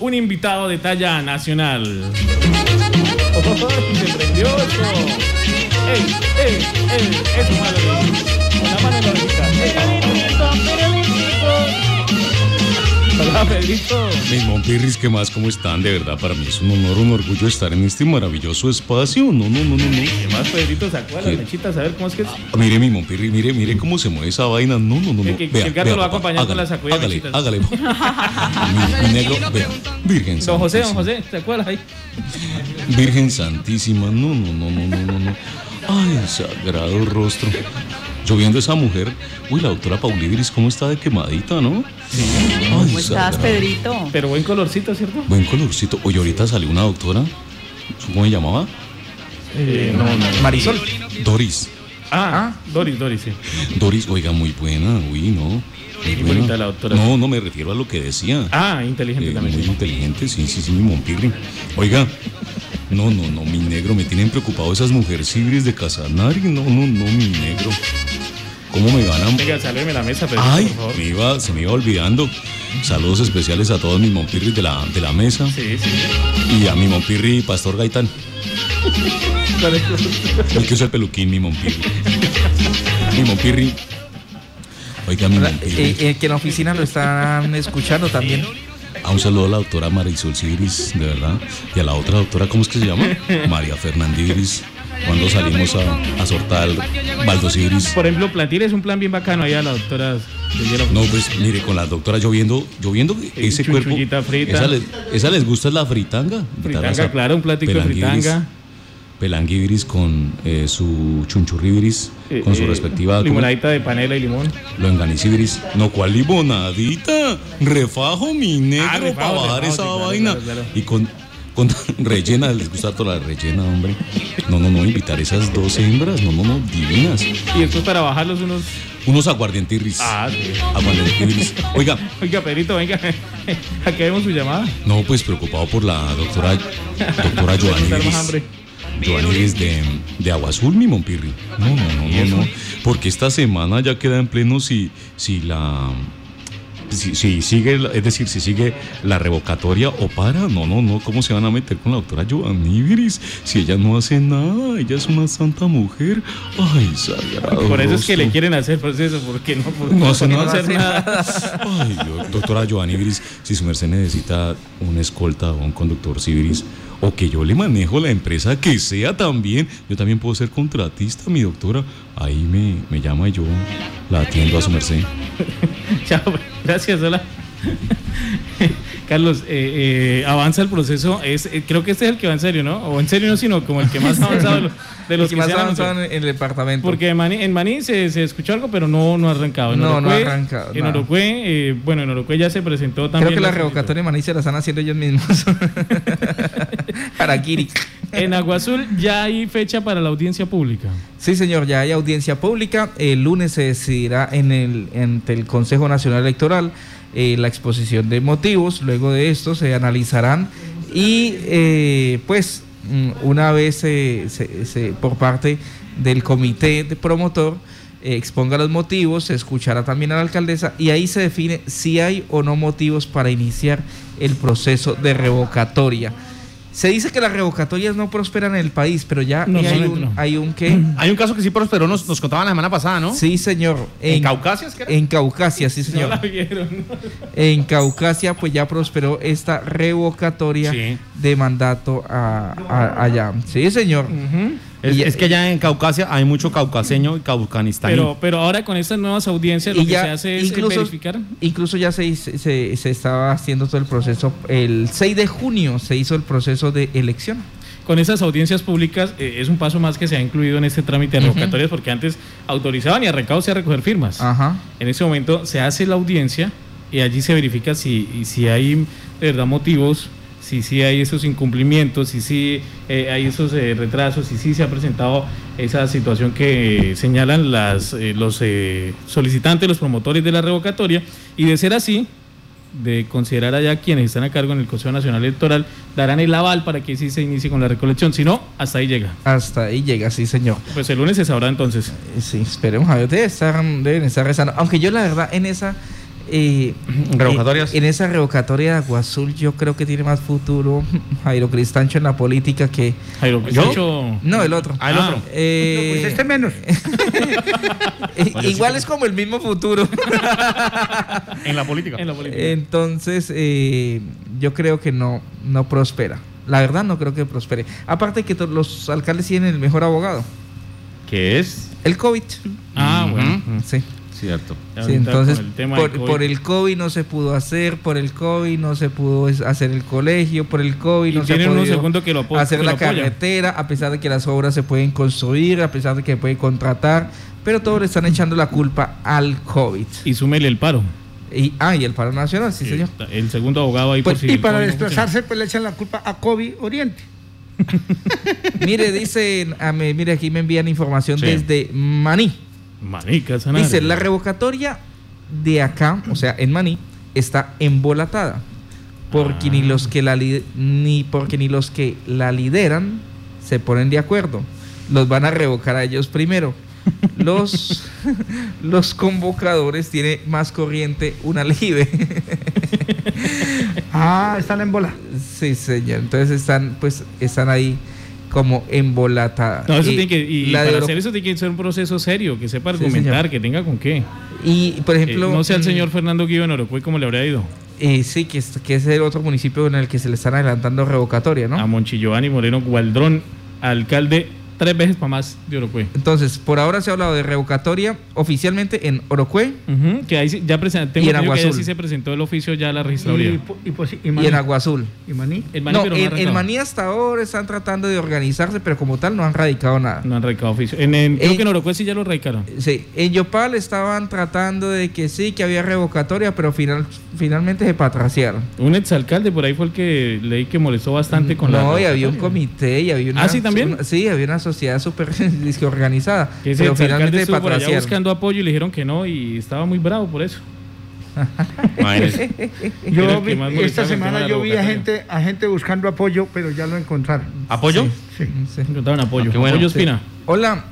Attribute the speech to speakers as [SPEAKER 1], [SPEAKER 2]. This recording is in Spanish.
[SPEAKER 1] Un invitado de talla nacional. ¡Se prendió eso! ¡Ey, ey, ey! ¡Eso, Malvin! Con la mano en la orejita. ¡Ey! Hola, Pedrito.
[SPEAKER 2] Mis Monpirris, ¿qué más? ¿Cómo están? De verdad, para mí es un honor, un orgullo estar en este maravilloso espacio. No, no, no, no, no.
[SPEAKER 1] Además, Pedrito sacó a la lechita a saber cómo es que es.
[SPEAKER 2] Ah, Mire, mi Monpirri, mire, mire cómo se mueve esa vaina. No, no, no, no.
[SPEAKER 1] Que- que- que el gato lo va acompañando con la sacudida de
[SPEAKER 2] Hágale,
[SPEAKER 1] mechitas.
[SPEAKER 2] hágale. mi, mi negro, vea. Virgen
[SPEAKER 1] Don José, don
[SPEAKER 2] santísima.
[SPEAKER 1] José, ¿te acuerdas ahí?
[SPEAKER 2] Virgen Santísima, no, no, no, no, no, no, no. Ay, sagrado rostro. Yo viendo a esa mujer, uy, la doctora Paulibris, ¿cómo está de quemadita, no? Ay,
[SPEAKER 3] ¿Cómo estás,
[SPEAKER 2] sagrado.
[SPEAKER 3] Pedrito?
[SPEAKER 1] Pero buen colorcito, ¿cierto?
[SPEAKER 2] Buen colorcito. Oye, ahorita salió una doctora, ¿cómo se llamaba?
[SPEAKER 1] Eh, Marisol.
[SPEAKER 2] Doris.
[SPEAKER 1] Ah, Doris, Doris, sí.
[SPEAKER 2] Doris, oiga, muy buena, uy, no. Muy buena.
[SPEAKER 1] bonita la doctora.
[SPEAKER 2] No, no me refiero a lo que decía.
[SPEAKER 1] Ah, inteligente
[SPEAKER 2] Eh,
[SPEAKER 1] también.
[SPEAKER 2] muy
[SPEAKER 1] sí.
[SPEAKER 2] inteligente, sí, sí, sí, mi Mompirri. Oiga, no, no, no, mi negro, me tienen preocupado esas mujeres hibris de Casanare. No, no, no, mi negro. ¿Cómo me van a.?
[SPEAKER 1] Venga, sálveme la mesa, Pedrito,
[SPEAKER 2] Ay,
[SPEAKER 1] por favor.
[SPEAKER 2] me iba, se me iba olvidando. Saludos especiales a todos mis Mompirris de la, de la mesa
[SPEAKER 1] Sí, sí.
[SPEAKER 2] y a mi Mompirri Pastor Gaitán. El que usa el peluquín, mi Mompirri. Mi Mompirri. Oiga, mi
[SPEAKER 4] Hola, eh,
[SPEAKER 2] Mompirri.
[SPEAKER 4] eh, que en la oficina lo están escuchando también.
[SPEAKER 2] A Ah, un saludo a la doctora Marisol Sigris, de verdad. Y a la otra doctora, ¿cómo es que se llama? María Fernandiris. Cuando salimos a, a sortar Baldo Sigris.
[SPEAKER 1] Por ejemplo, Plantir es un plan bien bacano allá, la doctora. de Hielo.
[SPEAKER 2] No, pues mire, con la doctora lloviendo, lloviendo ese cuerpo.
[SPEAKER 1] chuchullita frita.
[SPEAKER 2] Esa les, esa les gusta la fritanga. Invitar a
[SPEAKER 1] Fritanga,
[SPEAKER 2] esa
[SPEAKER 1] claro, un platico de
[SPEAKER 2] Pelanguibris-
[SPEAKER 1] fritanga.
[SPEAKER 2] Pelanguibris con eh, su chunchurribris,
[SPEAKER 1] Eh,
[SPEAKER 2] con su
[SPEAKER 1] eh,
[SPEAKER 2] respectiva. ¿cómo?
[SPEAKER 1] Limonadita de panela y limón.
[SPEAKER 2] Lo enganicibris. No, cual limonadita. Refajo mi negro
[SPEAKER 1] Ah, refajo,
[SPEAKER 2] para bajar
[SPEAKER 1] refajo,
[SPEAKER 2] esa
[SPEAKER 1] sí, claro,
[SPEAKER 2] vaina.
[SPEAKER 1] claro, claro.
[SPEAKER 2] Y con, con rellena, les gusta toda la rellena, hombre. No, no, no, invitar esas dos hembras, no, no, no, divinas.
[SPEAKER 1] Y después para bajarlos unos.
[SPEAKER 2] Unos aguardientirris.
[SPEAKER 1] Ah, sí.
[SPEAKER 2] Aguardientirris. Oiga,
[SPEAKER 1] Oiga, Pedrito, venga. Aquí vemos su llamada.
[SPEAKER 2] no, pues preocupado por la doctora, doctora Joan
[SPEAKER 1] Estar
[SPEAKER 2] Iris.
[SPEAKER 1] más hambre.
[SPEAKER 2] Joan Iris de, de Agua Azul, mi Mompirri. No, no, no, no, no. Porque esta semana ya queda en pleno si, si la. Si, si sigue, la- es decir, si sigue la revocatoria o para, no, no, no, ¿cómo se van a meter con la doctora Joan Iris? Si ella no hace nada, ella es una santa mujer. Ay,
[SPEAKER 4] Ah,
[SPEAKER 2] sagrado.
[SPEAKER 1] Por eso es que
[SPEAKER 2] rostro.
[SPEAKER 1] le quieren hacer proceso, porque no, por,
[SPEAKER 2] No, se
[SPEAKER 1] por
[SPEAKER 2] no hace
[SPEAKER 1] hacer nada.
[SPEAKER 2] Ay, Dios, doctora Joan Ibris, si su merced necesita un escolta o un conductor civilis, o que yo le manejo la empresa que sea también, yo también puedo ser contratista, mi doctora. Ahí me, me llama y yo la atiendo a su merced.
[SPEAKER 1] Chao, pues, gracias, hola. Carlos, eh, eh, avanza el proceso. Es, eh, creo que este es el que va en serio, ¿no? O en serio no, sino como el que más ha avanzado de los, de los
[SPEAKER 4] Y
[SPEAKER 1] que,
[SPEAKER 4] más
[SPEAKER 1] se han
[SPEAKER 4] avanzado
[SPEAKER 1] anunciado.
[SPEAKER 4] en el departamento.
[SPEAKER 1] Porque en Maní, en Maní se, se escuchó algo, pero no, no ha arrancado. En
[SPEAKER 4] No, no ha
[SPEAKER 1] Orocue-
[SPEAKER 4] arrancado,
[SPEAKER 1] En
[SPEAKER 4] nada.
[SPEAKER 1] Orocue, eh, bueno, en Orocue ya se presentó también.
[SPEAKER 4] Creo que la
[SPEAKER 1] la-
[SPEAKER 4] revocatoria de Maní se la están haciendo ellos mismos. Harakiri.
[SPEAKER 1] En Aguazul ya hay fecha para la audiencia pública.
[SPEAKER 4] Sí, señor, ya hay audiencia pública. El lunes se decidirá en el, ante el Consejo Nacional Electoral eh, la exposición de motivos. Luego de esto se analizarán y, eh, pues, mm, una vez eh, se- se- por parte del comité de promotor eh, exponga los motivos, se escuchará también a la alcaldesa y ahí se define si hay o no motivos para iniciar el proceso de revocatoria. Se dice que las revocatorias no prosperan en el país, pero ya
[SPEAKER 1] No,
[SPEAKER 4] eh, hay,
[SPEAKER 1] solamente
[SPEAKER 4] un,
[SPEAKER 1] no.
[SPEAKER 4] hay un que
[SPEAKER 5] Hay un caso que sí prosperó, nos, nos contaban la semana pasada, ¿no?
[SPEAKER 4] Sí, señor.
[SPEAKER 5] En, Caucasia, es que era?
[SPEAKER 4] En Caucasia, sí,
[SPEAKER 1] No la
[SPEAKER 4] señor.
[SPEAKER 1] vieron.
[SPEAKER 4] En Caucasia, pues ya prosperó esta revocatoria
[SPEAKER 5] Sí.
[SPEAKER 4] de mandato a, a- allá. Sí, señor.
[SPEAKER 5] Es,
[SPEAKER 4] Y-
[SPEAKER 5] es que allá en Caucasia hay mucho caucaseño y caucanistaní.
[SPEAKER 1] Pero, pero ahora con estas nuevas audiencias lo
[SPEAKER 4] Y
[SPEAKER 1] que
[SPEAKER 4] ya
[SPEAKER 1] se hace es eh,
[SPEAKER 4] incluso-
[SPEAKER 1] verificar.
[SPEAKER 4] Incluso ya se, hizo- se, se estaba haciendo todo el proceso. El 6 de junio se hizo el proceso de elección.
[SPEAKER 1] Con esas audiencias públicas eh, es un paso más que se ha incluido en este trámite de revocatorias porque antes autorizaban y arrancaban a recoger firmas.
[SPEAKER 4] Ajá.
[SPEAKER 1] En ese momento se hace la audiencia y allí se verifica si, y si hay de verdad motivos, si sí hay esos incumplimientos, si sí eh, hay esos eh, retrasos, si sí se ha presentado esa situación que eh, señalan las, eh, los eh, solicitantes, los promotores de la revocatoria. Y de ser así, de considerar allá quienes están a cargo en el Consejo Nacional Electoral, darán el aval para que sí se inicie con la recolección. Si no, hasta ahí llega.
[SPEAKER 4] Hasta ahí llega, sí, señor.
[SPEAKER 1] Pues el
[SPEAKER 4] Eh,
[SPEAKER 1] lunes se sabrá entonces.
[SPEAKER 4] Sí, esperemos a ver. Ustedes estar- deben estar rezando. Aunque yo, la verdad, en esa, eh,
[SPEAKER 5] Revocatorias.
[SPEAKER 4] eh, en esa revocatoria de Aguazul yo creo que tiene más futuro Jairo Cristancho en la política que...
[SPEAKER 1] Jairo, pues, ¿qué has
[SPEAKER 5] ¿Yo?
[SPEAKER 1] hecho?
[SPEAKER 4] No, el otro.
[SPEAKER 5] Ah, el
[SPEAKER 1] Ah.
[SPEAKER 5] otro.
[SPEAKER 4] Eh,
[SPEAKER 3] pues este menos.
[SPEAKER 4] eh, igual es como el mismo futuro.
[SPEAKER 5] En la política.
[SPEAKER 1] En la política.
[SPEAKER 4] Entonces, eh, yo creo que no, no prospera. La verdad, no creo que prospere. Aparte que to- los alcaldes tienen el mejor abogado,
[SPEAKER 5] ¿Qué es?
[SPEAKER 4] el COVID.
[SPEAKER 1] ah, bueno.
[SPEAKER 5] Ujú.
[SPEAKER 4] Sí,
[SPEAKER 5] Cierto.
[SPEAKER 4] sí,
[SPEAKER 1] Ahorita
[SPEAKER 4] entonces
[SPEAKER 1] con el tema
[SPEAKER 4] por,
[SPEAKER 1] del COVID.
[SPEAKER 4] por el COVID no se pudo hacer, por el COVID no se pudo es- hacer el colegio, por el COVID
[SPEAKER 1] Y
[SPEAKER 4] no se
[SPEAKER 1] tienen unos
[SPEAKER 4] pudo
[SPEAKER 1] segundos que lo apo-
[SPEAKER 4] hacer
[SPEAKER 1] que lo
[SPEAKER 4] la
[SPEAKER 1] apoyan.
[SPEAKER 4] carretera, a pesar de que las obras se pueden construir, a pesar de que pueden contratar, pero todos le están echando la culpa al COVID.
[SPEAKER 1] Y súmele el paro. Eh,
[SPEAKER 4] Y, ah, y el paro nacional, sí, señor.
[SPEAKER 1] El segundo abogado ahí
[SPEAKER 3] Pues,
[SPEAKER 1] por si
[SPEAKER 3] y
[SPEAKER 1] el
[SPEAKER 3] para
[SPEAKER 1] COVID no
[SPEAKER 3] desplazarse, pues le echan la culpa a Kobe Oriente.
[SPEAKER 4] Mire, dicen, a mí- mire, aquí me envían información
[SPEAKER 5] Sí.
[SPEAKER 4] desde Maní.
[SPEAKER 1] funciona. Marica, esa
[SPEAKER 4] Dice,
[SPEAKER 1] nada.
[SPEAKER 4] la revocatoria de acá, o sea, en Maní, está embolatada. Porque
[SPEAKER 1] Ah.
[SPEAKER 4] ni los que la li- ni porque ni los que la lideran se ponen de acuerdo. Los van a revocar a ellos primero. Los, los convocadores tiene más corriente una libre.
[SPEAKER 3] Ah, están en bola.
[SPEAKER 4] sí, señor. Entonces están, pues, están ahí como embolatadas.
[SPEAKER 1] No, eso
[SPEAKER 4] Y
[SPEAKER 1] tiene que, y
[SPEAKER 4] la de
[SPEAKER 1] para
[SPEAKER 4] Oro-
[SPEAKER 1] hacer eso tiene que ser un proceso serio, que sepa
[SPEAKER 4] Sí,
[SPEAKER 1] argumentar,
[SPEAKER 4] señor.
[SPEAKER 1] que tenga con qué.
[SPEAKER 4] Y, por
[SPEAKER 1] Eh,
[SPEAKER 4] ejemplo...
[SPEAKER 1] no sé al
[SPEAKER 4] mm,
[SPEAKER 1] señor Fernando Guido en Orocuy cómo le habría ido.
[SPEAKER 4] Eh, sí, que es, que es el otro municipio en el que se le están adelantando revocatoria,
[SPEAKER 1] A
[SPEAKER 4] ¿no?
[SPEAKER 1] Monchilloani Moreno Gualdrón, alcalde tres veces para más de Orocuy.
[SPEAKER 4] Entonces, por ahora se ha hablado de revocatoria oficialmente en Orocue
[SPEAKER 1] Ujú, que ahí sí- ya presenté
[SPEAKER 4] Y en
[SPEAKER 1] que ahí
[SPEAKER 4] Aguazul.
[SPEAKER 1] sí se presentó el oficio ya a la registraduría.
[SPEAKER 3] Y, po- y, pues, y,
[SPEAKER 4] y
[SPEAKER 3] Maní.
[SPEAKER 4] en Agua Azul.
[SPEAKER 3] Y Maní.
[SPEAKER 1] El Maní,
[SPEAKER 4] No,
[SPEAKER 1] pero
[SPEAKER 4] en,
[SPEAKER 1] ha
[SPEAKER 4] en
[SPEAKER 1] radicado.
[SPEAKER 4] Maní hasta ahora están tratando de organizarse, pero como tal no han radicado nada.
[SPEAKER 1] No han radicado oficio. En, en- creo
[SPEAKER 4] Eh,
[SPEAKER 1] que en Orocuy sí ya lo radicaron.
[SPEAKER 4] Sí, en Yopal estaban tratando de que sí, que había revocatoria, pero final, finalmente se patraciaron.
[SPEAKER 1] Un exalcalde por ahí fue el que leí que molestó bastante con la.
[SPEAKER 4] Mm. no, y había un
[SPEAKER 1] revocatoria.
[SPEAKER 4] comité, y había una...
[SPEAKER 1] ¿Ah, sí, también?
[SPEAKER 4] una- sí, había una sociedad súper disque organizada,
[SPEAKER 1] Que ese
[SPEAKER 4] pero
[SPEAKER 1] exalcalde
[SPEAKER 4] finalmente se
[SPEAKER 1] estuvo por allá
[SPEAKER 4] patraciaron.
[SPEAKER 1] buscando apoyo y le dijeron que no y estaba muy bravo por eso.
[SPEAKER 5] Imagínese.
[SPEAKER 1] Era
[SPEAKER 3] Yo
[SPEAKER 1] el que
[SPEAKER 3] vi-
[SPEAKER 1] más molestaba
[SPEAKER 3] esta
[SPEAKER 1] el tema de
[SPEAKER 3] semana
[SPEAKER 1] la
[SPEAKER 3] yo vi a
[SPEAKER 1] revocatoria.
[SPEAKER 3] gente, a gente buscando apoyo, pero ya lo encontraron.
[SPEAKER 5] ¿Apoyo?
[SPEAKER 3] Sí.
[SPEAKER 4] Sí.
[SPEAKER 1] Encontraron apoyo.
[SPEAKER 5] Ah, qué bueno.
[SPEAKER 1] Apoyo Espina.
[SPEAKER 4] Hola,